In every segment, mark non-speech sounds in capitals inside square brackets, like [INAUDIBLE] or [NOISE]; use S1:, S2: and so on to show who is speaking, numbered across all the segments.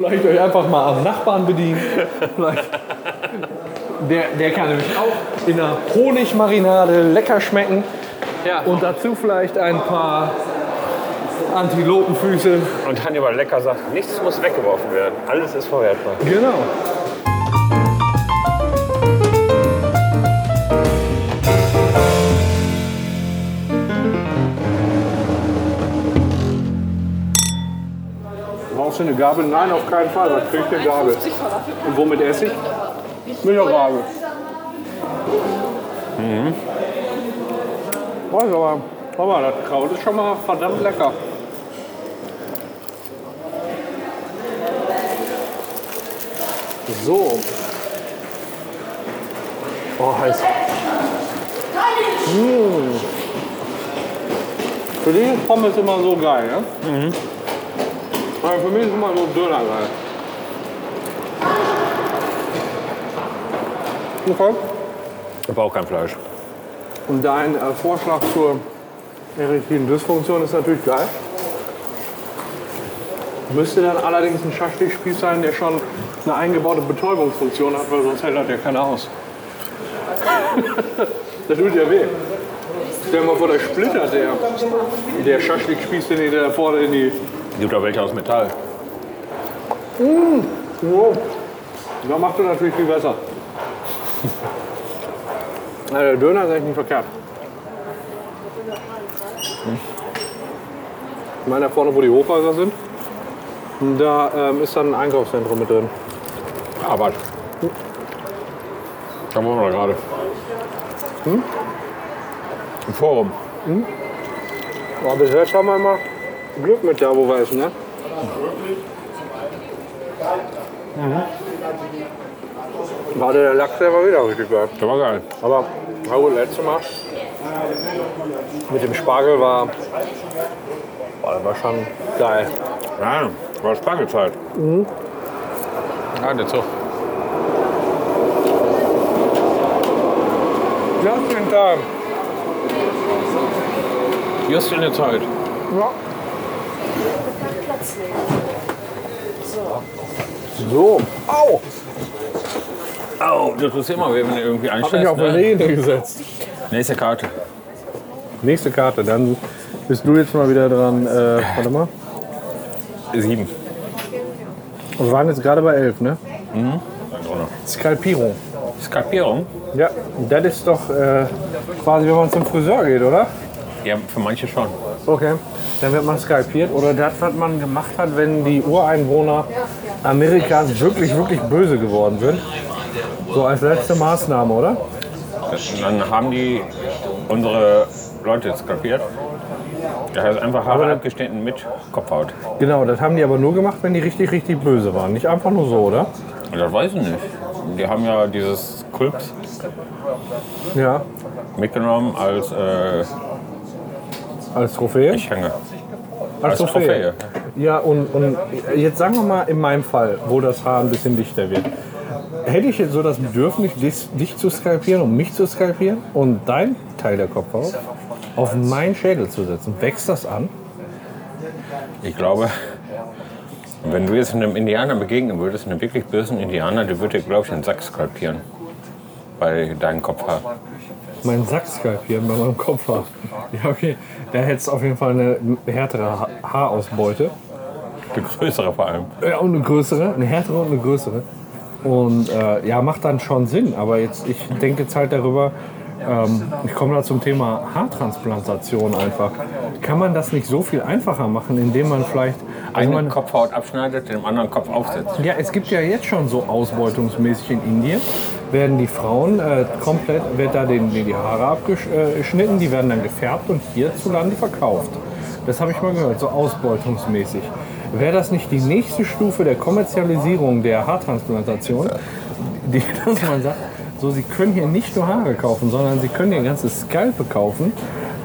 S1: Vielleicht euch einfach mal am Nachbarn bedienen. Vielleicht. Der, der kann nämlich auch in einer Honigmarinade lecker schmecken.
S2: Ja.
S1: Und dazu vielleicht ein paar Antilopenfüße.
S2: Und Hannibal Lecker sagt, nichts muss weggeworfen werden. Alles ist verwertbar.
S1: Genau.
S3: Brauchst du eine Gabel? Nein, auf keinen Fall. Was krieg ich eine Gabel? Und womit esse ich? Mit der Gabel. Mhm. Weiß aber, schau mal, das Kraut ist schon mal verdammt lecker. So,
S2: Oh, heiß.
S3: Hm. für dich ist Pommes immer so geil, ne? Aber für mich ist immer so Döner geil. Okay.
S2: Ich brauche kein Fleisch.
S3: Und dein äh, Vorschlag zur erektilen Dysfunktion ist natürlich geil. Müsste dann allerdings ein Schaschlikspieß sein, der schon eine eingebaute Betäubungsfunktion hat, weil sonst hält das ja keiner aus. [LAUGHS] das tut ja weh. Stell dir mal vor, der Splitter, der, der Schaschlikspieß, den ihr da vorne in die...
S2: Gibt auch welche aus Metall.
S3: Oh, da macht er natürlich viel besser. Na, der Döner ist echt nicht verkehrt. Ich meine, da vorne, wo die Hochhäuser sind, da ähm, ist dann ein Einkaufszentrum mit drin.
S2: Aber. Ah, Da waren wir doch gerade. Hm? Im Forum.
S3: Aber bis jetzt haben wir immer Glück mit da, wo wir essen, ne? Mhm. Warte, der Lachs, der war wieder richtig geil.
S2: Der war geil.
S3: Aber na gut, letztes Mal mit dem Spargel war, boah, das war schon geil.
S2: Ja, war Spargelzeit. Mhm. Ah, der Zug.
S3: Just in time.
S2: Just in der Zeit.
S3: So,
S2: Au! Au, das ist immer, wenn du irgendwie
S3: bin ich
S2: einsteigst.
S3: auf eine
S2: Ne?
S3: Rede gesetzt.
S2: Nächste Karte.
S3: Nächste Karte, dann bist du jetzt mal wieder dran. Äh, warte mal.
S2: Sieben.
S3: Wir waren jetzt gerade bei 11, ne?
S2: Auch noch.
S3: Skalpierung.
S2: Skalpierung?
S3: Ja, das ist doch äh, quasi, wenn man zum Friseur geht, oder?
S2: Ja, für manche schon.
S3: Okay. Dann wird man skalpiert oder das, was man gemacht hat, wenn die Ureinwohner Amerikas wirklich, wirklich böse geworden sind. So als letzte Maßnahme, oder?
S2: Dann haben die unsere Leute skalpiert. Das heißt einfach Haare abgeschnitten mit Kopfhaut.
S3: Genau, das haben die aber nur gemacht, wenn die richtig, richtig böse waren. Nicht einfach nur so, oder?
S2: Und das weiß ich nicht. Die haben ja dieses Kulps
S3: Ja,
S2: mitgenommen als äh,
S3: als Trophäe.
S2: Geschenke.
S3: als Trophäe. Ja, und, und jetzt sagen wir mal in meinem Fall, wo das Haar ein bisschen dichter wird. Hätte ich jetzt so das Bedürfnis, dich, dich zu skalpieren und mich zu skalpieren und dein Teil der Kopfhaut auf meinen Schädel zu setzen, wächst das an?
S2: Ich glaube, wenn du jetzt einem Indianer begegnen würdest, einem wirklich bösen Indianer, der würde dir, glaube ich, den Sack skalpieren. Bei deinem Kopfhaar.
S3: Mein Sack skalpieren bei meinem Kopfhaar. Ja, okay. Da hättest du auf jeden Fall eine härtere ha Haarausbeute.
S2: Der größere vor allem.
S3: Ja, und eine größere, eine härtere und eine größere. Und äh, ja, macht dann schon Sinn. Aber jetzt, ich denke jetzt halt darüber, ähm, ich komme da zum Thema Haartransplantation einfach. Kann man das nicht so viel einfacher machen, indem man vielleicht. Also
S2: Einen
S3: man,
S2: Kopfhaut abschneidet, dem anderen Kopf aufsetzt.
S3: ja, es gibt ja jetzt schon so ausbeutungsmäßig in Indien, werden die Frauen äh, komplett, wird da denen die Haare abgeschnitten, die werden dann gefärbt und hierzulande verkauft. Das habe ich mal gehört, so ausbeutungsmäßig. Wäre das nicht die nächste Stufe der Kommerzialisierung der Haartransplantation, die, [LAUGHS] dass man sagt, so, sie können hier nicht nur Haare kaufen, sondern sie können ihr ganzes Skalpe kaufen.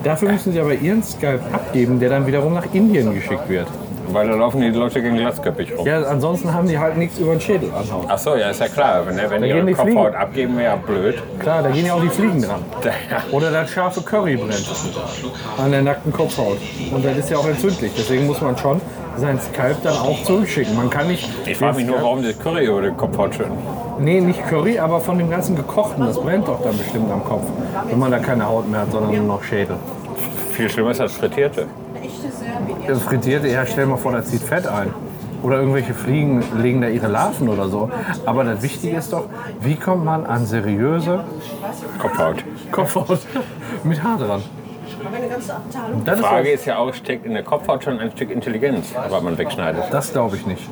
S3: Dafür müssen sie aber ihren Skalp abgeben, der dann wiederum nach Indien geschickt wird.
S2: Weil da laufen die Leute gegen glatzköpfig rum.
S3: Ja, ansonsten haben die halt nichts über den Schädel anhauen.
S2: Ach so, ja, ist ja klar. Wenn, wenn die
S3: gehen
S2: ihre
S3: die fliegen.
S2: Kopfhaut abgeben, wäre ja blöd.
S3: Klar, da gehen ja auch die Fliegen dran. Oder das scharfe Curry brennt an der nackten Kopfhaut. Und das ist ja auch entzündlich. Deswegen muss man schon sein Skalp dann auch zurückschicken. Man kann nicht.
S2: Ich frage mich
S3: den
S2: nur,
S3: Skalp-
S2: warum das Curry über den Kopf haut schön.
S3: Nee, nicht Curry, aber von dem ganzen Gekochten. Das brennt doch dann bestimmt am Kopf. Wenn man da keine Haut mehr hat, sondern nur noch Schädel.
S2: Viel schlimmer ist das Frittierte.
S3: Das Frittierte, ja, stell mal vor, das zieht Fett ein. Oder irgendwelche Fliegen legen da ihre Larven oder so. Aber das Wichtige ist doch, wie kommt man an seriöse
S2: Kopfhaut.
S3: Kopfhaut [LAUGHS] mit Haar dran? Das,
S2: Die
S3: ist
S2: Frage ist ja auch, steckt in der Kopfhaut schon ein Stück Intelligenz, was man wegschneidet.
S3: Das glaube ich nicht.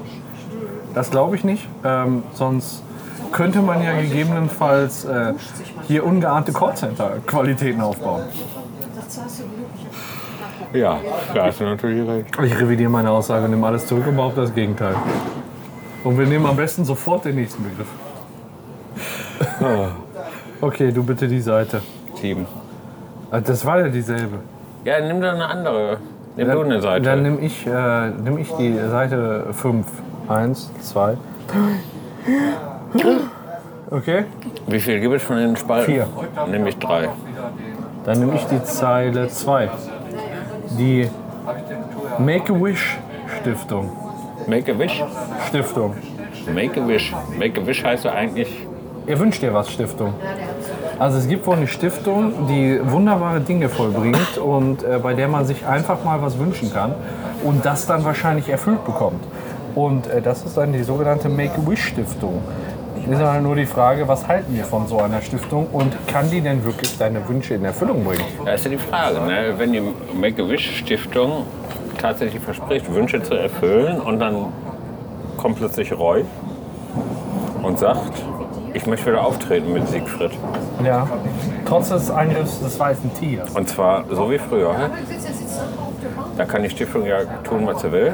S3: Das glaube ich nicht. Ähm, sonst könnte man ja gegebenenfalls äh, hier ungeahnte Callcenter-Qualitäten aufbauen.
S2: Ja, da hast du natürlich recht.
S3: Ich revidiere meine Aussage, nehme alles zurück und behaupte das Gegenteil. Und wir nehmen am besten sofort den nächsten [LAUGHS] Begriff. Ah. Okay, du bitte die Seite.
S2: Sieben.
S3: Ah, Das war ja dieselbe.
S2: Ja, nimm doch eine andere. Nimm du eine
S3: Dann
S2: Seite.
S3: nehme ich, äh, nehm ich die Seite 5. Eins, zwei. Okay.
S2: Wie viel gibt es von den Spalten?
S3: Vier.
S2: Nimm ich drei.
S3: Dann nehme ich die Zeile 2. Die Make-A-Wish-Stiftung.
S2: Make a wish.
S3: Stiftung.
S2: Make a wish. Make a wish heißt ja eigentlich.
S3: Ihr wünscht dir was, Stiftung. Also es gibt wohl eine Stiftung, die wunderbare Dinge vollbringt und äh, bei der man sich einfach mal was wünschen kann und das dann wahrscheinlich erfüllt bekommt. Und äh, das ist dann die sogenannte Make-A-Wish-Stiftung. Ist halt nur die Frage, was halten wir von so einer Stiftung und kann die denn wirklich deine Wünsche in Erfüllung bringen?
S2: Da ist ja die Frage, ne? wenn die Make a wish Stiftung tatsächlich verspricht, Wünsche zu erfüllen und dann kommt plötzlich Roy und sagt, ich möchte wieder auftreten mit Siegfried.
S3: Ja. Trotz des Angriffs des weißen Tigers.
S2: Und zwar so wie früher. ne? Da kann die Stiftung ja tun, was sie will.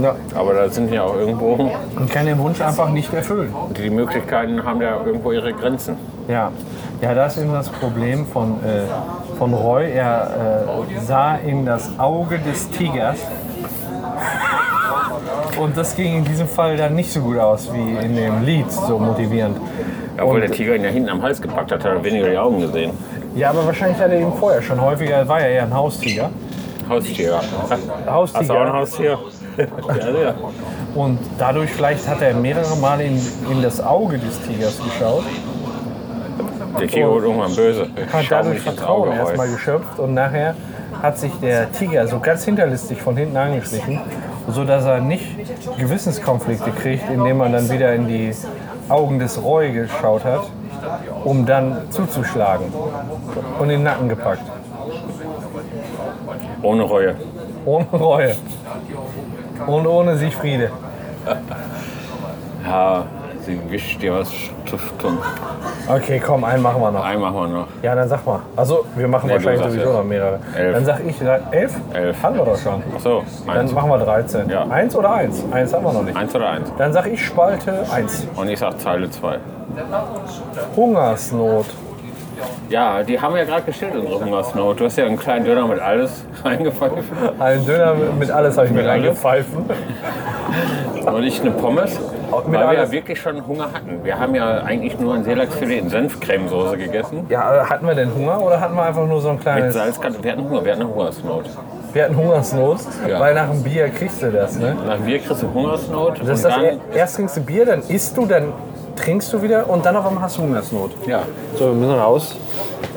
S3: Ja.
S2: Aber da sind ja auch irgendwo,
S3: Und kann den Wunsch einfach nicht erfüllen.
S2: die Möglichkeiten haben ja irgendwo ihre Grenzen.
S3: Ja, ja das ist eben das Problem von, äh, von Roy. Er äh, sah in das Auge des Tigers. Und das ging in diesem Fall dann nicht so gut aus wie in dem Lied, so motivierend.
S2: Obwohl der Tiger ihn ja hinten am Hals gepackt hat, hat er weniger die Augen gesehen.
S3: Ja, aber wahrscheinlich hat er eben vorher schon häufiger, war er ja ein Haustiger.
S2: Haustier. Hast du auch ein
S3: Haustiger. [LAUGHS]
S2: Haustier? ja, ja.
S3: Und dadurch vielleicht hat er mehrere Male in, in das Auge des Tigers geschaut.
S2: Der Tiger wird irgendwann böse. Ich
S3: hat
S2: schau
S3: dadurch
S2: mich ins Auge
S3: Vertrauen erstmal
S2: rein.
S3: geschöpft und nachher hat sich der Tiger so ganz hinterlistig von hinten angeschlichen, sodass er nicht Gewissenskonflikte kriegt, indem man dann wieder in die Augen des Roy geschaut hat, um dann zuzuschlagen und in den Nacken gepackt.
S2: Ohne Reue.
S3: Ohne Reue. Und ohne Siegfriede.
S2: Ja, sie wischt dir was Stiftung.
S3: Okay, komm, einen machen wir noch.
S2: Einen machen wir noch.
S3: Ja, dann sag mal. Also, wir machen
S2: Nee, du
S3: wahrscheinlich
S2: sagst
S3: sowieso
S2: elf.
S3: noch mehrere.
S2: Elf.
S3: Dann sag ich äh, elf?
S2: Elf.
S3: Haben wir doch schon.
S2: Achso,
S3: Dann
S2: eins.
S3: machen wir 13.
S2: Ja.
S3: Eins oder eins? Eins haben wir noch nicht.
S2: Eins oder eins?
S3: Dann sag ich Spalte 1.
S2: Und ich sag Zeile zwei.
S3: Hungersnot.
S2: Ja, die haben ja gerade gestillt in Rückenmaßnot. Du hast ja einen kleinen Döner mit alles [LAUGHS] reingepfeift.
S3: Ein Döner mit alles habe ich mir
S2: Mit alles?
S3: reingepfeifen.
S2: Und ich eine Pommes.
S3: Mit
S2: Weil wir
S3: alles.
S2: ja wirklich schon Hunger hatten. Wir haben ja eigentlich nur ein Seelachsfilet in Senfcremesoße gegessen.
S3: Ja, aber hatten wir denn Hunger oder hatten wir einfach nur so ein
S2: Mit
S3: kleines.
S2: Salzkante. Wir hatten Hunger, wir hatten eine Hungersnot.
S3: Wir hatten Hungersnot,
S2: Ja.
S3: weil nach dem Bier kriegst du das, ne?
S2: Nach Bier kriegst du Hungersnot.
S3: Das ist
S2: und
S3: das E-
S2: dann,
S3: er, erst trinkst du Bier, dann isst du, dann trinkst du wieder und dann auf einmal hast du Hungersnot.
S2: ja,
S1: So, wir müssen raus.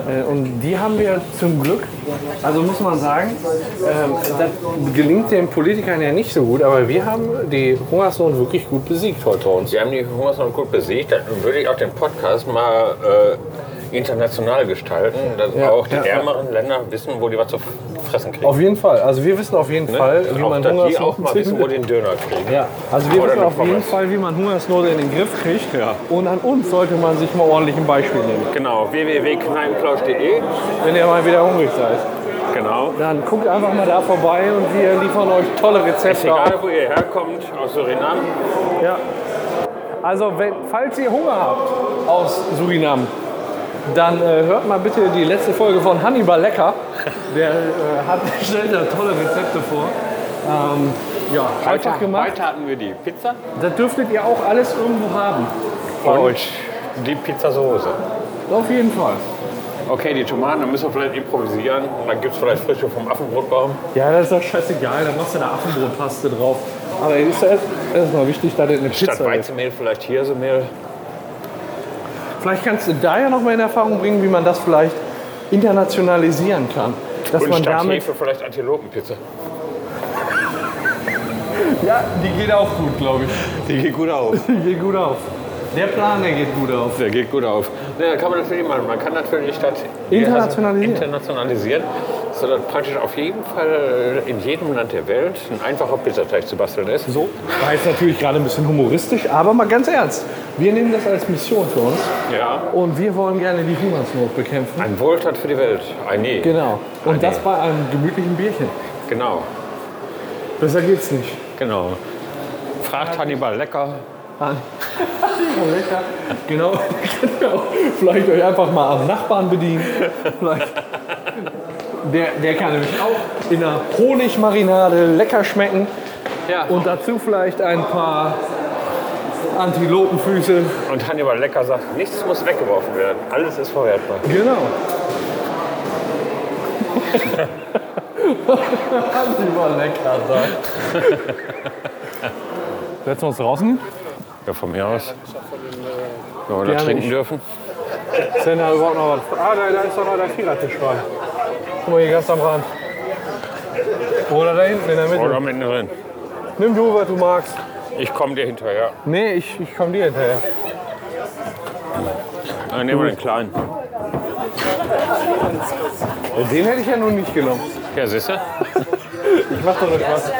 S1: Äh, Und die haben wir zum Glück, also muss man sagen, ähm, das gelingt den Politikern ja nicht so gut, aber wir haben die Hungersnot wirklich gut besiegt heute bei uns.
S2: Sie haben die Hungersnot gut besiegt. Dann würde ich auch den Podcast mal äh, international gestalten, dass
S1: Ja,
S2: auch die
S1: ja, ja.
S2: ärmeren Länder wissen, wo die was zu fressen kriegen.
S1: Auf jeden Fall, also wir wissen auf jeden
S2: Ne?
S1: Fall, wie
S2: auch,
S1: man
S2: dass die auch
S1: Hungersnot
S2: mal wissen, wo die einen Döner
S1: [LAUGHS]
S2: kriegen.
S1: Ja, also wir
S2: Oder
S1: wissen
S2: eine
S1: auf jeden
S2: Pommes.
S1: Fall, wie man Hungersnot in den Griff kriegt. Und an uns sollte man sich mal ordentlich ein Beispiel nehmen.
S2: Genau, www.kneipenplausch.de.
S1: Wenn ihr mal wieder hungrig seid,
S2: Genau.
S1: dann guckt einfach mal da vorbei und wir liefern euch tolle
S2: Ist
S1: Rezepte.
S2: egal, wo ihr herkommt, aus Suriname.
S1: Ja. Also, wenn, falls ihr Hunger habt aus Surinam, dann äh, hört mal bitte die letzte Folge von Hannibal Lecker. Der äh, hat, [LAUGHS] stellt da tolle Rezepte vor. Ähm, ja, einfach gemacht.
S2: Heute hatten wir die Pizza
S1: Das dürftet ihr auch alles irgendwo haben.
S2: und die Pizzasoße.
S1: Auf jeden Fall.
S2: Okay, die Tomaten, da müssen wir vielleicht improvisieren. Da gibt es vielleicht frische vom Affenbrotbaum.
S3: Ja, das ist doch scheißegal, da machst du eine Affenbrotpaste drauf. Aber es ist ja erst- erstmal wichtig, dass das eine
S2: Statt
S3: Pizza ist.
S2: Weizenmehl vielleicht Hirsemehl.
S3: Vielleicht kannst du da ja nochmal in Erfahrung bringen, wie man das vielleicht internationalisieren kann. Dass
S2: Und
S3: man
S2: statt
S3: damit.
S2: Hefe vielleicht Antilopenpizza.
S3: Ja, die geht auch gut, glaube ich. [LAUGHS]
S2: Die geht gut auf.
S3: Die geht gut auf. Der Plan, der geht gut auf.
S2: Der geht gut auf. Ja, kann man natürlich machen. Man kann natürlich statt
S3: Internationalisieren.
S2: internationalisieren, sondern praktisch auf jeden Fall äh, in jedem Land der Welt ein einfacher Pizzateig zu basteln ist.
S3: So, war jetzt natürlich gerade ein bisschen humoristisch, aber mal ganz ernst. Wir nehmen das als Mission für uns
S2: Ja.
S3: und wir wollen gerne die Hungersnot bekämpfen.
S2: Ein Wohlstand für die Welt. Ein Nee.
S3: Genau. Und
S2: Ah,
S3: das
S2: nee.
S3: bei einem gemütlichen Bierchen.
S2: Genau.
S3: Besser geht's nicht.
S2: Genau. Fragt Hannibal lecker.
S3: Ah. Oh, Lecker. Genau. [LAUGHS] Genau. Vielleicht euch einfach mal am Nachbarn bedienen. Vielleicht. Der, der kann nämlich auch in einer Honigmarinade lecker schmecken.
S2: Ja.
S3: Und dazu vielleicht ein paar Antilopenfüße.
S2: Und Hannibal lecker sagt, nichts muss weggeworfen werden. Alles ist verwertbar.
S3: [LAUGHS] Genau. Hannibal lecker sein. Setzen wir uns draußen.
S2: Ja, von mir aus. Wenn wir da
S3: Gerne.
S2: trinken dürfen.
S3: Sind da überhaupt noch was? Ah, da, da ist doch noch der Vierertisch bei. Guck mal, hier ganz am Rand. Oder da hinten in der Mitte.
S2: Oder mitten drin.
S3: Nimm du, was du magst.
S2: Ich komme dir hinterher.
S3: Nee, ich, ich komm dir hinterher.
S2: Dann nehmen wir den kleinen.
S3: Den hätte ich ja nun nicht genommen.
S2: Ja, siehst du?
S3: Ich mach doch nur Spaß.